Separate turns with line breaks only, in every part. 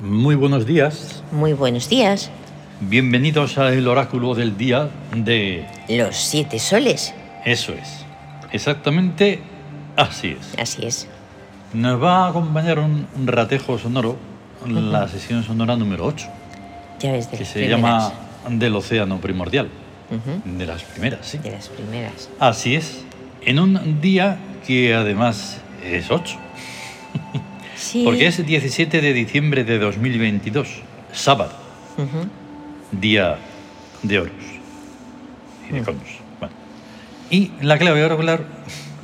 buenos días.
Muy buenos días.
Bienvenidos a el oráculo del día de...
Los siete soles.
Eso es. Exactamente así es.
Así es.
Nos va a acompañar un un ratejo sonoro, la sesión sonora número 8,
Ya ves de
que
las
se
primeras.
llama Del Océano Primordial.
Ujú,
De las primeras, sí.
De las primeras.
Así es. En un día que además es 8.
Sí.
Porque es 17 de diciembre de 2022, sábado,
Ujú,
día de Horus y de Cronos. Bueno. Y la clave oracular,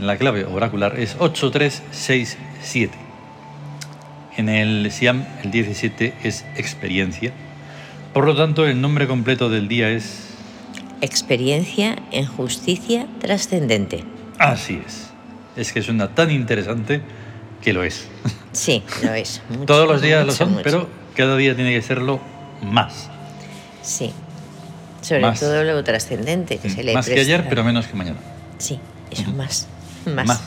la clave oracular es 8367. En el Siam el 17 es experiencia. Por lo tanto, el nombre completo del día es
Experiencia en justicia trascendente.
así es. Es que suena tan interesante que lo es.
Sí, lo es. mucho,
Todos los días lo
mucho,
son,
mucho.
pero cada día tiene que serlo más.
Sí. Sobre
Más. Mm,
todo lo trascendente que se le
Más que
presta.
ayer, pero menos que mañana.
Sí, eso más. Más.
Más.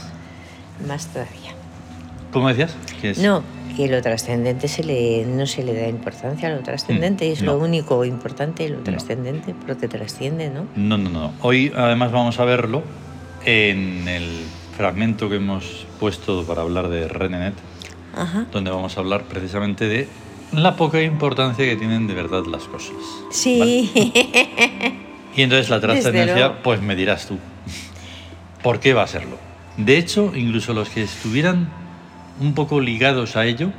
Más todavía.
¿Cómo decías? Que es-
No, que lo trascendente se le, no se le da importancia a lo trascendente, es lo
Mm, no.
único importante, lo trascendente, porque trasciende, ¿no?
No, no, no. Hoy además vamos a verlo en el fragmento que hemos puesto para hablar de Renenet,
Ajá.
donde vamos a hablar precisamente de la poca importancia que tienen de verdad las cosas.
Sí,
Y entonces la
Desde
trascendencia,
luego.
pues me dirás tú, ¿por qué va a serlo? De hecho, incluso los que estuvieran un poco ligados a ello,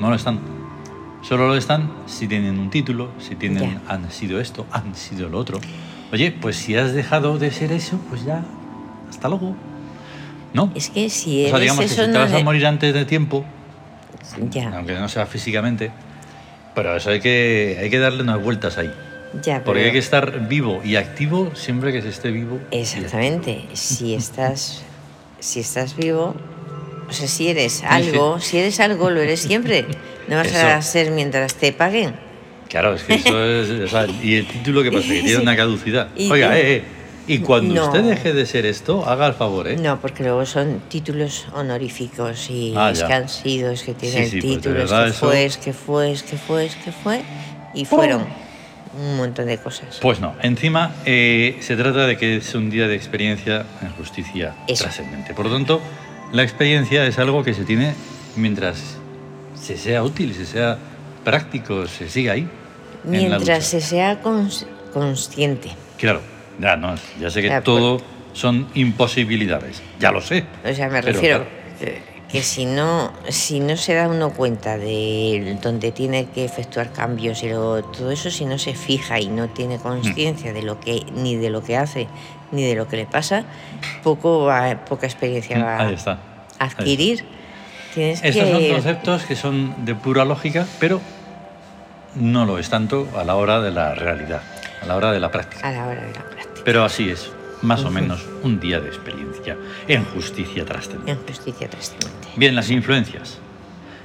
no lo están. Solo lo están si tienen un título, si tienen,
Ya.
han sido esto, han sido lo otro. Oye, pues si has dejado de ser eso, pues ya, hasta luego. ¿No?
es que si
o
eres
sea, digamos que
eso
si te
no
vas a
de-
morir antes de tiempo,
Ya,
aunque no sea físicamente, pero eso hay que, hay que darle unas vueltas ahí.
ya,
Porque hay que
pero-
estar vivo y activo siempre que se esté vivo. y
exactamente. Si estás, si estás vivo, o sea, si eres
Dice-
algo, si eres algo, lo eres siempre. No vas a
Eso.
ser mientras te paguen.
activo. Claro, es que eso es. o sea, y el título que pasa, que tiene una caducidad.
Y-
Oiga,
y-
eh, eh, Y cuando
No.
usted deje de ser esto, haga el favor, ¿eh?
No, porque luego son títulos honoríficos y
Ah,
es
ya.
que han sido, es que tienen
sí, pues de
títulos,
verdad
que
eso-
fue, es que fue, es que fue, es que fue, y fueron un montón de cosas.
Pues no. Encima, eh, se trata de que es un día de experiencia en justicia
Eso.
trascendente. Por lo tanto, la experiencia es algo que se tiene mientras se sea útil, se sea práctico, se siga ahí. en la lucha.
Mientras se sea cons- consciente.
Claro, ya, no, ya sé que
Ya, pues.
todo son imposibilidades, ya lo sé.
O sea, me
Pero,
refiero
claro,
eh, que si no, si no se da uno cuenta de donde tiene que efectuar cambios y luego todo eso, si no se fija y no tiene conciencia de lo que ni de lo que hace ni de lo que le pasa, poco va- poca experiencia va
Mm, ahí está.
a adquirir. Tienes
Estos son
que
conceptos que son de pura lógica, pero no lo es tanto a la hora de la realidad, a la hora de la práctica.
a la hora de la práctica.
Pero así es, más o menos un día de experiencia en justicia trascendente.
En justicia trascendente.
Bien, las influencias.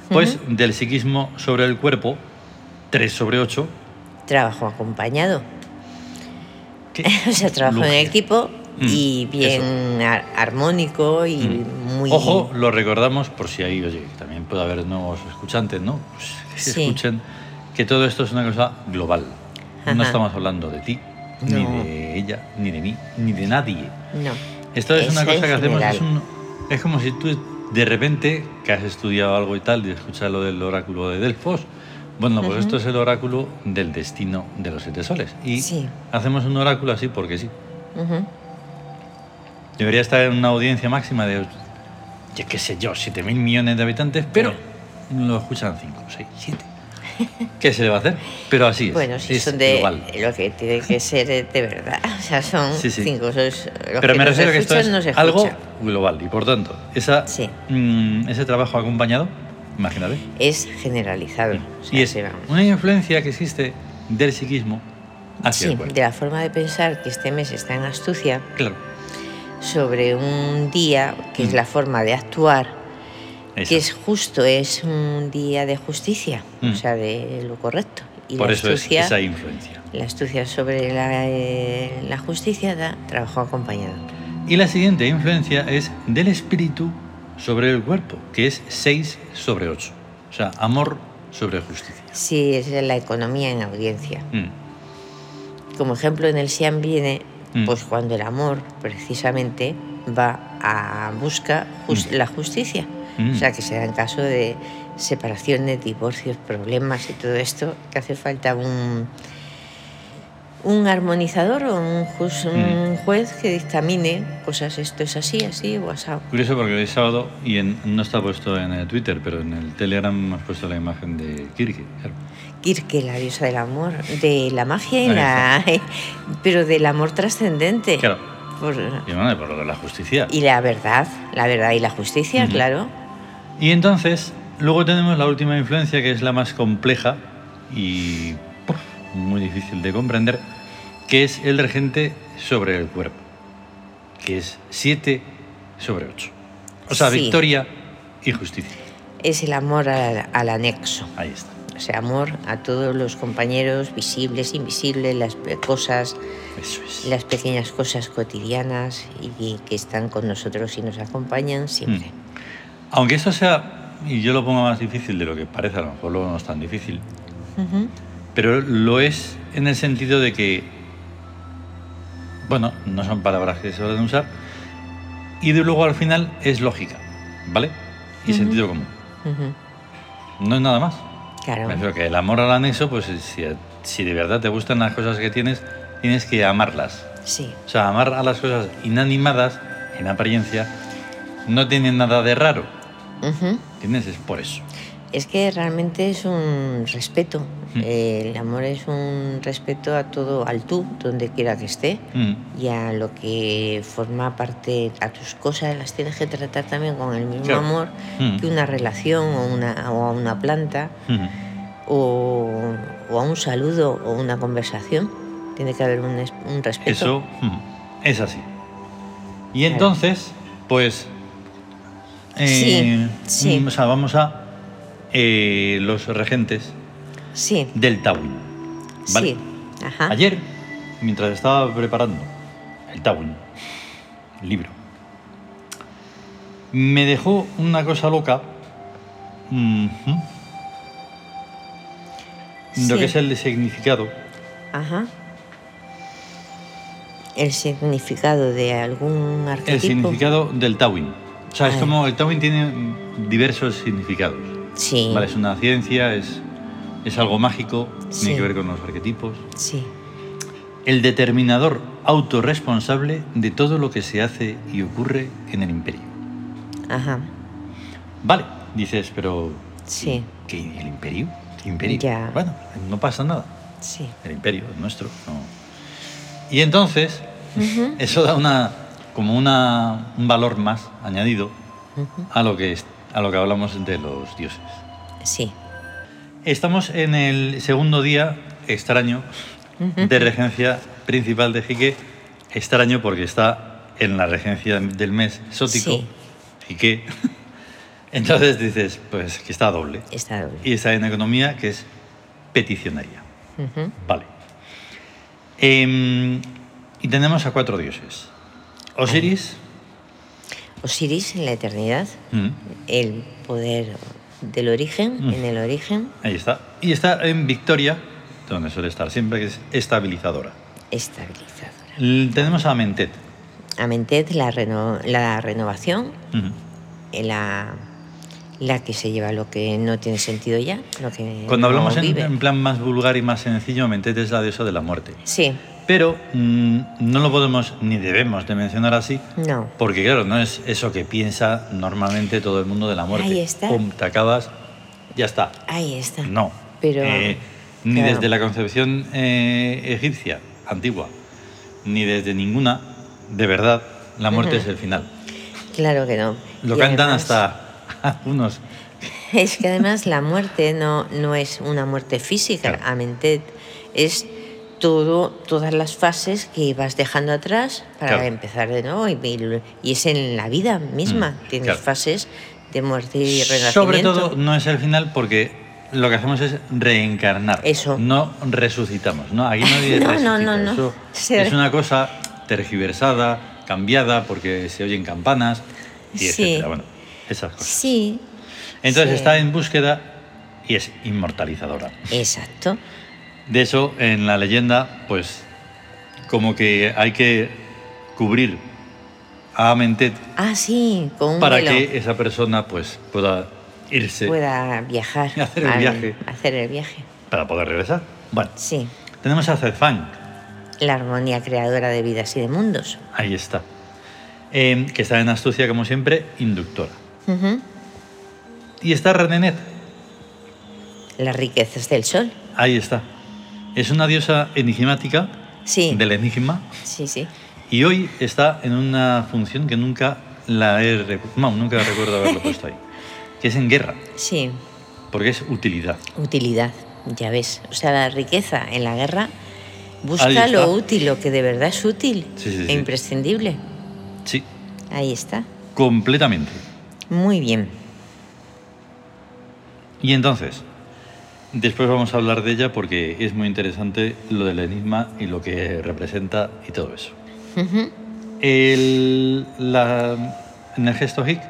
Pues del psiquismo sobre el cuerpo, 3 sobre 8.
Trabajo acompañado.
que
O sea, trabajo en
lujo.
equipo
Mm,
y bien ar- armónico y muy.
Ojo, lo recordamos por si ahí, oye, que también puede haber nuevos escuchantes, ¿no? Pues que se
Sí.
escuchen que todo esto es una cosa global. No
Ajá.
estamos hablando de ti, ni
No.
de ella, ni de mí, ni de nadie.
No.
Esto es,
Es
una
en
cosa que hacemos,
general.
es, un- es como si tú de repente, que has estudiado algo y tal, y escuchas lo del oráculo de Delfos, bueno, pues
Ujú.
esto es el oráculo del destino de los siete soles. Y
Sí.
hacemos un oráculo así porque sí.
Ujú.
Debería estar en una audiencia máxima de, yo qué sé yo, 7.000 millones de habitantes, pero lo escuchan 5, 6, 7. ¿Qué se le va a hacer? Pero así es.
Bueno, sí,
es
son de
global.
lo que tiene que ser eh, de verdad. O sea, son
Sí, sí.
cinco o seis.
Pero
Los que
me
nos
refiero a que esto
escuchan,
es
nos escuchan.
algo global y por tanto, esa,
Sí.
mm, ese trabajo acompañado, imagínate,
Es generalizado. O sea,
y es
se va-
una influencia que existe del psiquismo hacia
Sí,
el cuerpo.
de la forma de pensar que este mes está en astucia
Claro,
sobre un día que es
Mm.
la forma de actuar,
eso.
que es justo, es un día de justicia,
Mm.
o sea, de lo correcto. Y
por
la
eso es
astucia,
esa influencia.
la astucia sobre la, eh, la justicia da trabajo acompañado.
Y la siguiente influencia es del espíritu sobre el cuerpo, que es 6 sobre 8. O sea, amor sobre justicia.
Sí, es la economía en audiencia.
Mm,
Como ejemplo, en el Siam viene,
Mm.
pues cuando el amor precisamente va a busca jus- la justicia.
Mm.
O sea, que se da en caso de separaciones, divorcios, problemas y todo esto, que hace falta un, un armonizador o un, jus-
Mm.
un juez que dictamine cosas, esto es así, así o asado.
Curioso porque hoy es sábado y en- no está puesto en eh, Twitter, pero en el Telegram hemos puesto la imagen de Kirke. claro.
Kirke, la diosa del amor, de la magia y
Ahí
la... pero del amor trascendente.
Claro.
Por-
Y bueno, por lo de la justicia.
Y la verdad, la verdad y la justicia,
Ujú.
claro.
Y entonces, luego tenemos la última influencia, que es la más compleja y puf, muy difícil de comprender, que es el regente sobre el cuerpo, que es 7 sobre 8. O sea,
Sí.
victoria y justicia.
Es el amor al, al anexo.
Ahí está.
O sea, amor a todos los compañeros, visibles, invisibles, las pe- cosas,
Eso es.
las pequeñas cosas cotidianas y, y que están con nosotros y nos acompañan siempre.
Aunque esto sea, y yo lo pongo más difícil de lo que parece, a lo mejor luego no es tan difícil,
Ujú.
pero lo es en el sentido de que, bueno, no son palabras que se suelen usar, y de luego al final es lógica, ¿vale? Y sentido común.
Ujú.
No es nada más.
Claro.
Me refiero que el amor al anexo, pues si, si de verdad te gustan las cosas que tienes, tienes que amarlas.
Sí.
O sea, amar a las cosas inanimadas, en apariencia, no tiene nada de raro.
Ujú.
¿Entiendes? Es por eso.
Es que realmente es un respeto. Eh,
Mm.
El amor es un respeto a todo, al tú, donde quiera que esté.
Mm.
y a lo que forma parte, a tus cosas, las tienes que tratar también con el mismo
Claro.
amor
Mm.
que una relación o, una, o a una planta
Mm.
o, o a un saludo o una conversación. Tiene que haber un, es- un respeto.
Eso mm, es así. Y
Claro.
entonces, pues.
Sí, sí.
mm, O sea, vamos a eh, los regentes
Sí,
del Tawin. ¿vale?
sí. Ah. Ajá.
Ayer, mientras estaba preparando el Tawin, el libro, me dejó una cosa loca. mhm, Lo
Sí.
que es el significado.
Ajá. El significado de algún arquetipo.
El significado del Tawin. O sea, es
Ah.
como el Tawin tiene diversos significados.
Sí.
Vale, es una ciencia, es, es algo mágico,
Sí.
tiene que ver con los arquetipos.
Sí.
El determinador autorresponsable de todo lo que se hace y ocurre en el imperio.
Ajá.
Vale, dices, pero
Sí.
¿qué? ¿El imperio? ¿El imperio?
Ya.
Bueno, no pasa nada.
Sí.
El imperio es nuestro. no. Y entonces, eso da una, como una, un valor más añadido
Ujú.
a lo que es- a lo que hablamos de los dioses.
Sí.
Estamos en el segundo día extraño de regencia principal de Jique. Extraño porque está en la regencia del mes sótico.
Sí.
Jique. Entonces dices, pues que está doble.
Está doble.
Y está en economía, que es peticionaria.
Ujú.
Vale. Em, y tenemos a cuatro dioses. Osiris.
Osiris en la eternidad.
Mm,
el poder del origen,
Mm.
en el origen,
ahí está. Y está en Victoria, donde suele estar siempre, que es estabilizadora.
estabilizadora.
L- Tenemos a Mentet.
Amentet, la, reno- la renovación,
Ujú.
eh, la, la que se lleva lo que no tiene sentido ya, lo que
Cuando
no
hablamos en,
vive.
en plan más vulgar y más sencillo, Mentet es la diosa de la muerte.
Sí,
Pero mm, no lo podemos ni debemos de mencionar así,
no.
porque claro, no es eso que piensa normalmente todo el mundo de la muerte.
Ahí está.
Pum, te acabas, ya está.
Ahí está.
No.
Pero-
Eh, ni
claro.
desde la concepción eh, egipcia antigua, ni desde ninguna, de verdad, la muerte
Ujú.
es el final.
Claro que no.
Lo
Y
cantan
además-
hasta algunos.
Es que además la muerte no, no es una muerte física,
Claro.
Amentet es todo, todas las fases que vas dejando atrás para
Claro.
empezar de nuevo y, y- y es en la vida misma,
Mm,
tienes
claro.
fases de muerte y renacimiento.
Sobre todo no es el final porque lo que hacemos es reencarnar.
Eso.
No resucitamos. No, aquí nadie
No,
resucita.
no, no, no.
Eso
Se-
Es una cosa tergiversada, cambiada, porque se oyen campanas y
Sí.
etcétera. Bueno, esas cosas.
Sí,
Entonces
Sí.
está en búsqueda y es inmortalizadora.
Exacto.
De eso, en la leyenda, pues, como que hay que cubrir a Amentet
Ah, sí, con un
para
velo.
que esa persona, pues, pueda irse
pueda viajar.
Hacer el
al-
viaje.
Hacer el viaje.
para poder regresar. Bueno,
Sí.
tenemos a Zedfang,
La armonía creadora de vidas y de mundos.
ahí está, em, que está en astucia, como siempre, inductora.
Ujú.
Y está Renenet,
Las riquezas del sol.
ahí está. Es una diosa enigmática
Sí.
del enigma
Sí, sí.
y hoy está en una función que nunca la he recu- no, nunca recuerdo haberlo puesto ahí, que es en guerra,
Sí.
porque es utilidad.
Utilidad, ya ves. O sea, la riqueza en la guerra
Ahí
busca
está.
lo útil, lo que de verdad es útil
Sí, sí,
e
sí.
imprescindible.
Sí,
Ahí está.
completamente.
Muy bien.
Y entonces, después vamos a hablar de ella porque es muy interesante lo del enigma y lo que representa y todo eso.
Ujú.
El- la- en el gesto hic,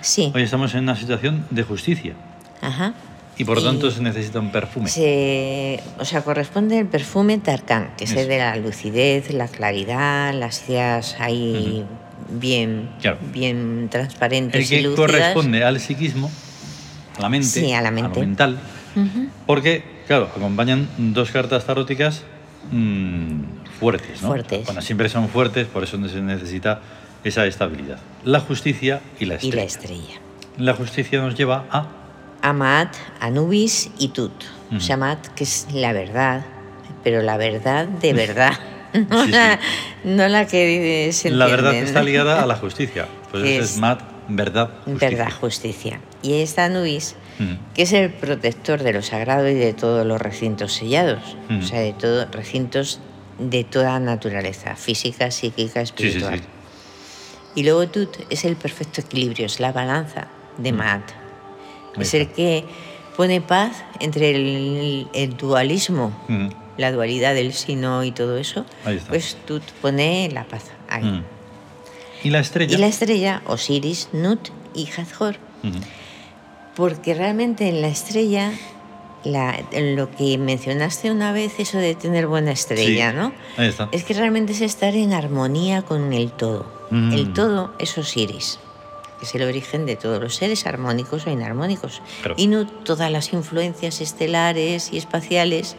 Sí.
hoy estamos en una situación de justicia
Ajá.
y por lo
Y-
tanto se necesita un perfume.
Se, o sea, corresponde el perfume Tarkan, que es el
Eso.
de la lucidez, la claridad, las ideas ahí bien,
Claro.
bien transparentes
El que
y lúcidas.
corresponde al psiquismo, a la mente,
Sí, a la mente.
lo mental,
Ujú.
porque, claro, acompañan dos cartas taróticas mm, fuertes, ¿no?
Fuertes.
Bueno, siempre son fuertes, por eso se necesita esa estabilidad. La justicia y la
Y
estrella.
la estrella.
La justicia nos lleva a...
Amat, Anubis y Tut. O sea,
Ujú.
Amat, que es la verdad, pero la verdad de verdad. No,
Sí, sí.
La, no la que eh, se
La verdad
entiende,
está
¿no?
ligada a la justicia. Pues
Que
ese
es
es mat, verdad, justicia.
Verdad, justicia. Y está Anubis,
Mm.
que es el protector de lo sagrado y de todos los recintos sellados.
Ujú.
O sea, de todos recintos de toda naturaleza, física, psíquica,
Sí, sí,
espiritual.
sí.
Y luego Tut es el perfecto equilibrio, es la balanza de Maat.
Mm. Ahí
Es el
está.
que pone paz entre el, el dualismo,
Mm.
la dualidad del sí, no y todo eso.
Ahí está.
Pues Tut pone la paz ahí.
Mm. Y la estrella.
Y la estrella, Osiris, Nut y Hathor.
Mm.
Porque realmente en la estrella, la- lo que mencionaste una vez, eso de tener buena estrella,
Sí.
¿no?
Ahí está.
Es que realmente es estar en armonía con el todo.
Mm.
El todo es Osiris, que es el origen de todos los seres armónicos o inarmónicos.
Claro.
Y no todas las influencias estelares y espaciales.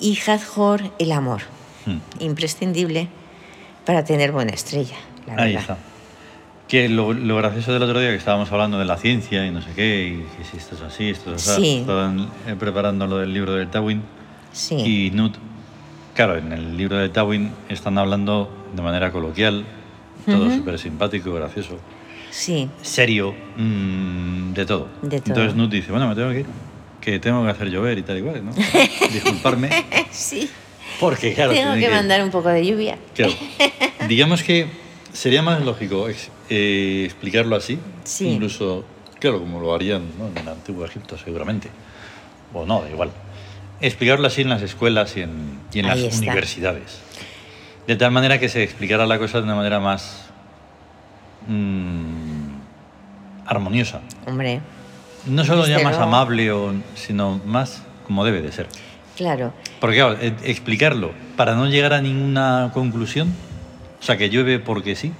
Y Hathor, el amor,
Mm.
imprescindible para tener buena estrella, la
Ahí
verdad.
está. Que lo, lo gracioso del otro día que estábamos hablando de la ciencia y no sé qué, y que si esto es así, esto es así,
Sí.
estaban eh, preparando lo del libro del Tawin
Sí,
y Nut. Claro, en el libro del Tawin están hablando de manera coloquial, todo
Ujú.
súper simpático, gracioso,
sí,
serio, mm, de todo.
De todo.
Entonces Nut dice, bueno, me tengo que ir, que tengo que hacer llover y tal y cual, ¿no? Disculparme,
sí.
porque claro...
Tengo
tiene
que mandar un poco de lluvia.
Claro. Digamos que sería más lógico ex- eh, explicarlo así,
Sí.
incluso, claro, como lo harían ¿no? en el antiguo Egipto seguramente, o no, da igual. Explicarlo así en las escuelas y en, y en las
Ahí está.
universidades. De tal manera que se explicara la cosa de una manera más mm, armoniosa.
Hombre,
No solo
Desde
ya más
luego.
amable, o- sino más como debe de ser.
claro.
Porque claro, e- explicarlo para no llegar a ninguna conclusión, o sea, que llueve porque sí.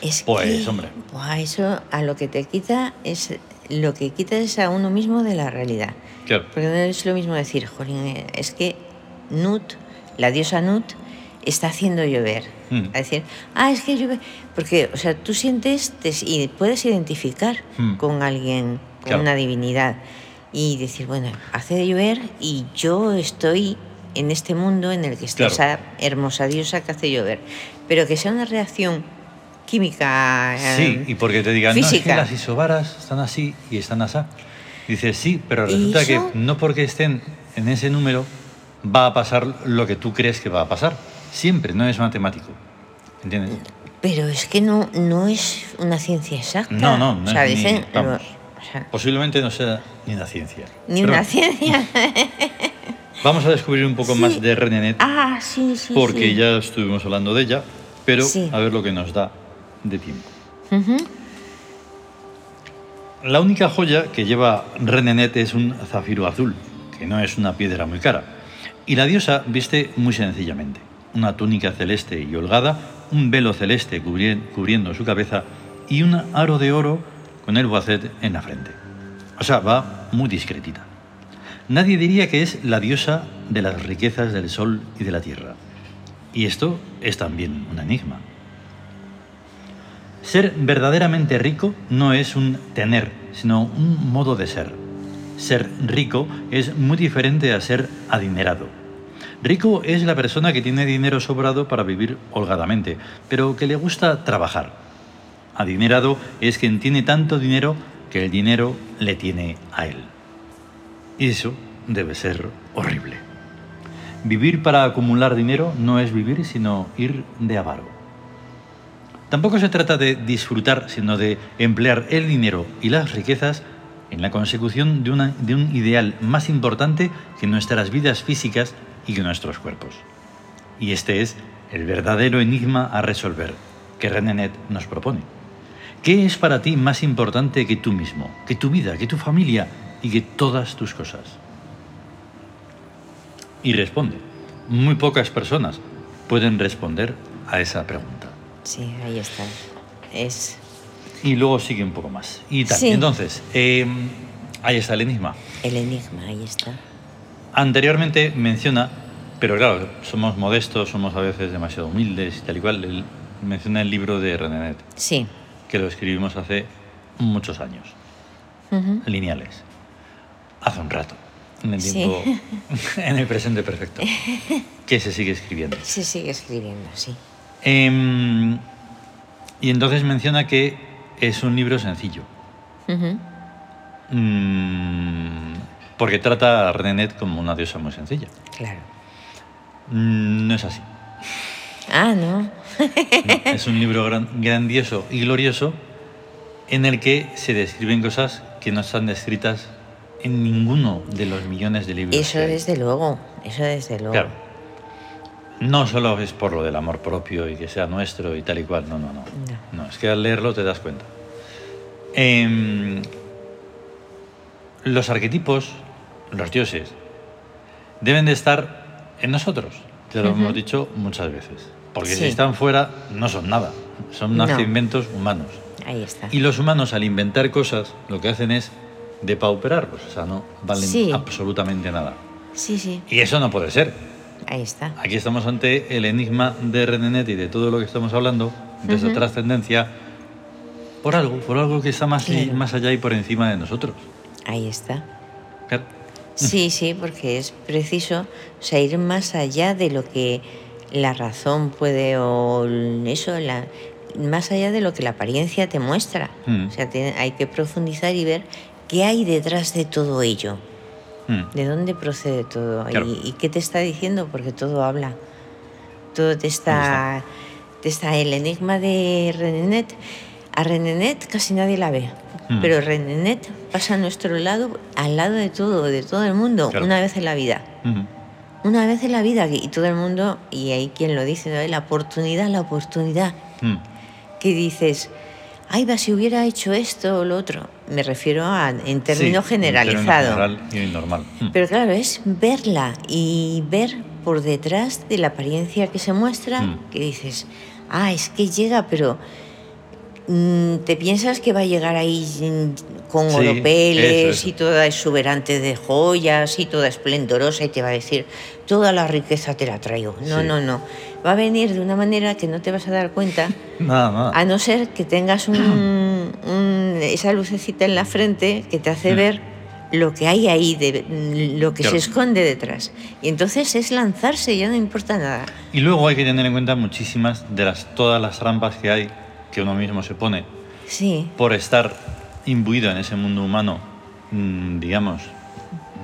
Es
Pues,
que,
hombre.
buah, eso a lo que te quita es lo que quita es a uno mismo de la realidad.
Claro.
Porque no es lo mismo decir, jolín, eh, es que Nut, la diosa Nut, está haciendo llover.
Mm.
A decir, ah, es que llueve. Porque, o sea, tú sientes te- y puedes identificar
Mm.
con alguien, con
Claro.
una divinidad. Y decir, bueno, hace de llover y yo estoy en este mundo en el que está
Claro.
esa hermosa diosa que hace llover. Pero que sea una reacción química.
Sí,
eh,
y porque te digan, no, es que
física.
las isobaras están así y están asá. Dices, sí, pero
¿Y
resulta que
eso?
no porque estén en ese número va a pasar lo que tú crees que va a pasar. Siempre, no es matemático. ¿Entiendes?
Pero es que no, no es una ciencia exacta.
No, no, no
O sea,
es ni-
dicen. lo-
vamos.
o sea,
Posiblemente no sea ni una ciencia.
ni
Pero
una ciencia.
Vamos a descubrir un poco
Sí.
más de René Net,
ah, sí, sí.
porque
sí.
ya estuvimos hablando de ella, pero
Sí.
a ver lo que nos da de tiempo.
Ujú.
La única joya que lleva Renenet es un zafiro azul, que no es una piedra muy cara. Y la diosa viste muy sencillamente, una túnica celeste y holgada, un velo celeste cubri- cubriendo su cabeza y un aro de oro con el boacet en la frente. O sea, va muy discretita. Nadie diría que es la diosa de las riquezas del sol y de la tierra. Y esto es también un enigma. Ser verdaderamente rico no es un tener, sino un modo de ser. Ser rico es muy diferente a ser adinerado. Rico es la persona que tiene dinero sobrado para vivir holgadamente, pero que le gusta trabajar. Adinerado es quien tiene tanto dinero que el dinero le tiene a él. Y eso debe ser horrible. Vivir para acumular dinero no es vivir, sino ir de avaro. Tampoco se trata de disfrutar, sino de emplear el dinero y las riquezas en la consecución de, una- de un ideal más importante que nuestras vidas físicas y que nuestros cuerpos. Y este es el verdadero enigma a resolver que Renenet nos propone. ¿Qué es para ti más importante que tú mismo, que tu vida, que tu familia y que todas tus cosas? Y responde, muy pocas personas pueden responder a esa pregunta.
Sí, ahí está. Es.
Y luego sigue un poco más. Y tal.
Sí.
Entonces, eh, ahí está el enigma.
El enigma, ahí está.
Anteriormente menciona, pero claro, somos modestos, somos a veces demasiado humildes y tal y cual. el- menciona el libro de René
Sí.
que lo escribimos hace muchos años,
Ujú.
lineales. Hace un rato, en el
Sí.
tiempo, en el presente perfecto, que se sigue escribiendo.
Se sigue escribiendo, sí.
Em, y entonces menciona que es un libro sencillo,
Ujú.
Mm, porque trata a Renet como una diosa muy sencilla.
Claro.
Mm, no es así.
Ah, no.
es un libro gran- grandioso y glorioso en el que se describen cosas que no están descritas en ninguno de los millones de libros. que
Eso
hay.
desde luego. Eso desde luego.
Claro. No solo es por lo del amor propio y que sea nuestro y tal y cual, no, no, no. No, es que al leerlo te das cuenta. Em, los arquetipos, los dioses, deben de estar en nosotros. Te lo hemos dicho muchas veces. Porque si
Sí.
están fuera, no son nada. Son
No.
nacimientos humanos.
Ahí está.
Y los humanos, al inventar cosas, lo que hacen es depauperarlos. O sea, no valen
Sí.
absolutamente nada.
Sí, sí.
Y eso no puede ser.
Ahí está.
Aquí estamos ante el enigma de Renenet y de todo lo que estamos hablando, de esa
Ujú.
trascendencia, por algo, por algo que está más, y-
Claro.
más allá y por encima de nosotros.
Ahí está.
Claro.
Sí, sí, porque es preciso o sea, ir más allá de lo que la razón puede o eso, la, más allá de lo que la apariencia te muestra.
Mm.
O sea, tiene- hay que profundizar y ver qué hay detrás de todo ello.
Mm.
¿De dónde procede todo?
Claro.
¿Y, y qué te está diciendo? Porque todo habla. Todo te está, te está el enigma de Renenet. A Renenet casi nadie la ve.
Mm.
Pero Renenet pasa a nuestro lado, al lado de todo, de todo el mundo,
Claro.
una vez en la vida.
Mm.
Una vez en la vida, y todo el mundo, y hay quien lo dice, ¿no? la oportunidad, la oportunidad
Mm.
que dices, ay, va, si hubiera hecho esto o lo otro. Me refiero a, en términos
Sí, en términos
generalizados.
general y normal. Mm.
Pero claro, es verla y ver por detrás de la apariencia que se muestra,
Mm.
que dices, ah, es que llega, pero mm, te piensas que va a llegar ahí mm, con
Sí,
oropeles
eso, eso.
y toda exuberante de joyas y toda esplendorosa y te va a decir, toda la riqueza te la traigo. No,
Sí.
no, no. Va a venir de una manera que no te vas a dar cuenta.
Nada, nada.
A no ser que tengas un, un- esa lucecita en la frente que te hace
Mm.
ver lo que hay ahí, de, lo que
Claro.
se esconde detrás. Y entonces es lanzarse, ya no importa nada.
Y luego hay que tener en cuenta muchísimas de las, todas las trampas que hay que uno mismo se pone
Sí,
por estar imbuido en ese mundo humano, mm, digamos,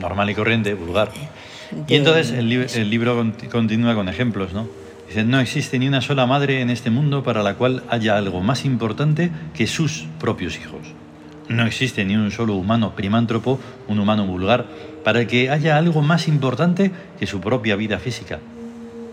normal y corriente, vulgar. Y
De-
entonces el, lib- el libro conti- continúa con ejemplos, ¿no? Dice, no existe ni una sola madre en este mundo para la cual haya algo más importante que sus propios hijos. No existe ni un solo humano primántropo, un humano vulgar, para el que haya algo más importante que su propia vida física.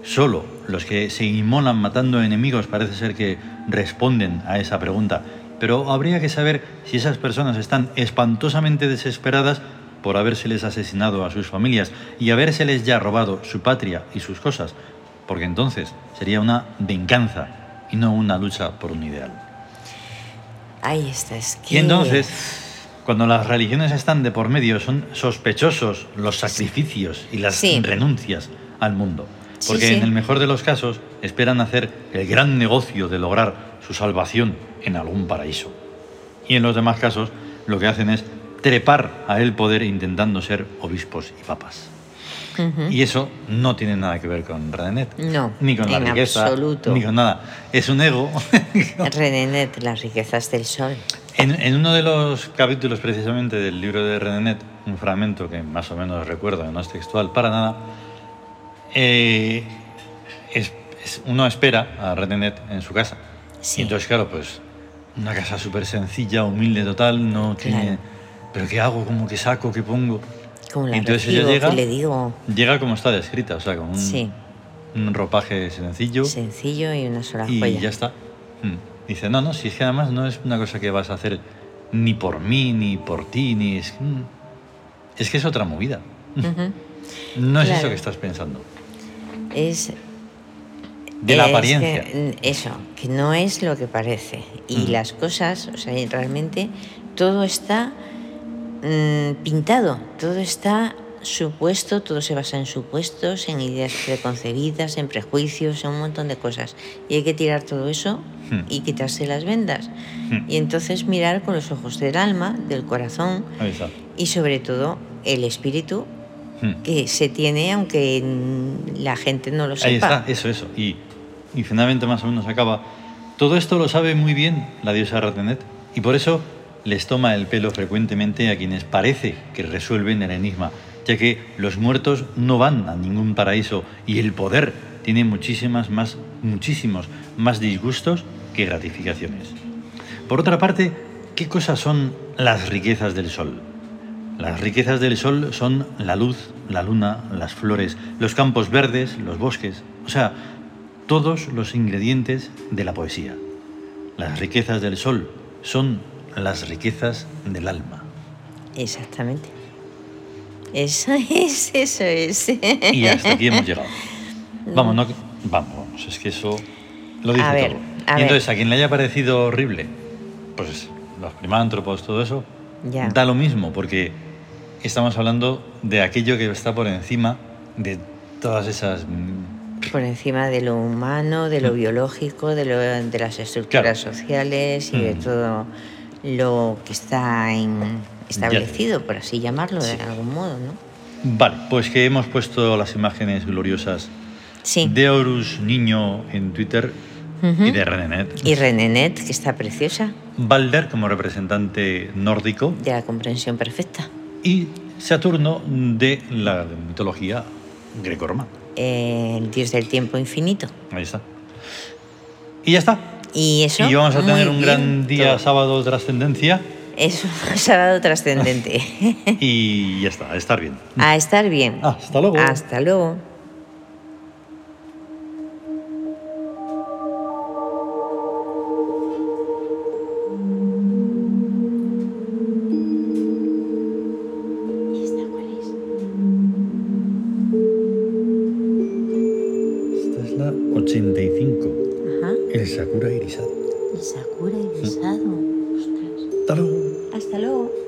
Solo los que se inmolan matando enemigos parece ser que responden a esa pregunta Pero habría que saber si esas personas están espantosamente desesperadas por habérseles asesinado a sus familias y habérseles ya robado su patria y sus cosas, porque entonces sería una venganza y no una lucha por un ideal.
Ahí está, es que...
Y entonces, cuando las religiones están de por medio, son sospechosos los sacrificios y las
Sí.
renuncias al mundo.
Sí,
Porque
sí.
en el mejor de los casos esperan hacer el gran negocio de lograr su salvación en algún paraíso. Y en los demás casos lo que hacen es trepar a el poder intentando ser obispos y papas.
Ujú.
Y eso no tiene nada que ver con Renet.
No,
Ni con la
en
riqueza.
absoluto.
Ni con nada. Es un ego.
Renenet, las riquezas del sol.
en, en uno de los capítulos precisamente del libro de Renet, un fragmento que más o menos recuerdo, que no es textual para nada, eh, es- es- uno espera a Renet en su casa.
Sí.
Y entonces, claro, pues una casa súper sencilla, humilde total, no tiene...
Claro.
¿Pero qué hago? ¿Cómo que saco? ¿Qué pongo?
Como la
Entonces ella
recibo,
llega-
que le digo?
Llega como está descrita, o sea, con un,
Sí,
un ropaje sencillo.
sencillo y una sola
Y
joya.
ya está. Mm. Dice, no, no, si es que además no es una cosa que vas a hacer ni por mí, ni por ti, ni es... mm. Es que es otra movida.
Ujú.
No es
Claro.
eso que estás pensando.
Es
De la
Es que,
apariencia.
mm, eso, que no es lo que parece. Y
Mm.
las cosas, o sea, y realmente todo está mm, pintado, todo está supuesto, todo se basa en supuestos, en ideas preconcebidas, en prejuicios, en un montón de cosas. Y hay que tirar todo eso
Mm.
y quitarse las vendas.
Mm.
Y entonces mirar con los ojos del alma, del corazón
Ahí está.
y sobre todo el espíritu
Mm.
que se tiene aunque mm, la gente no lo sepa.
Ahí está, eso, eso. Y, y finalmente más o menos acaba. Todo esto lo sabe muy bien la diosa Ratenet y por eso les toma el pelo frecuentemente a quienes parece que resuelven el enigma, ya que los muertos no van a ningún paraíso y el poder tiene muchísimas más, muchísimos más disgustos que gratificaciones. Por otra parte, ¿qué cosas son las riquezas del sol? Las riquezas del sol son la luz, la luna, las flores, los campos verdes, los bosques, o sea, todos los ingredientes de la poesía. Las riquezas del sol son las riquezas del alma.
Exactamente. Eso es, eso es.
Y hasta aquí hemos llegado. Vamos, no, vamos, vamos, es que eso lo dice
A ver,
todo.
a
y
ver.
entonces, a quien le haya parecido horrible, pues los primántropos, todo eso,
Ya.
da lo mismo, porque estamos hablando de aquello que está por encima de todas esas... mm,
Por encima de lo humano, de lo biológico, de, lo- de las estructuras sociales y de
Mm.
todo lo que está en- establecido, por así llamarlo, de algún modo, ¿no?
Vale, pues que hemos puesto las imágenes gloriosas
Sí.
de Horus Niño en Twitter
Ujú.
y de Renenet.
Y Renenet, que está preciosa,
Balder como representante nórdico
de la comprensión perfecta.
y Saturno de la mitología grecorromana.
Eh, el dios del tiempo infinito.
Ahí está. Y ya está.
Y eso.
Y vamos a
muy
tener un
bien,
gran día
todo.
sábado de trascendencia
Es un sábado trascendente.
y ya está, a estar bien.
a estar bien.
Hasta luego.
Hasta luego.
Esta es la 85,
Ajá.
el Sakura irisado.
El Sakura irisado. Ostras.
Hasta luego.
Hasta luego.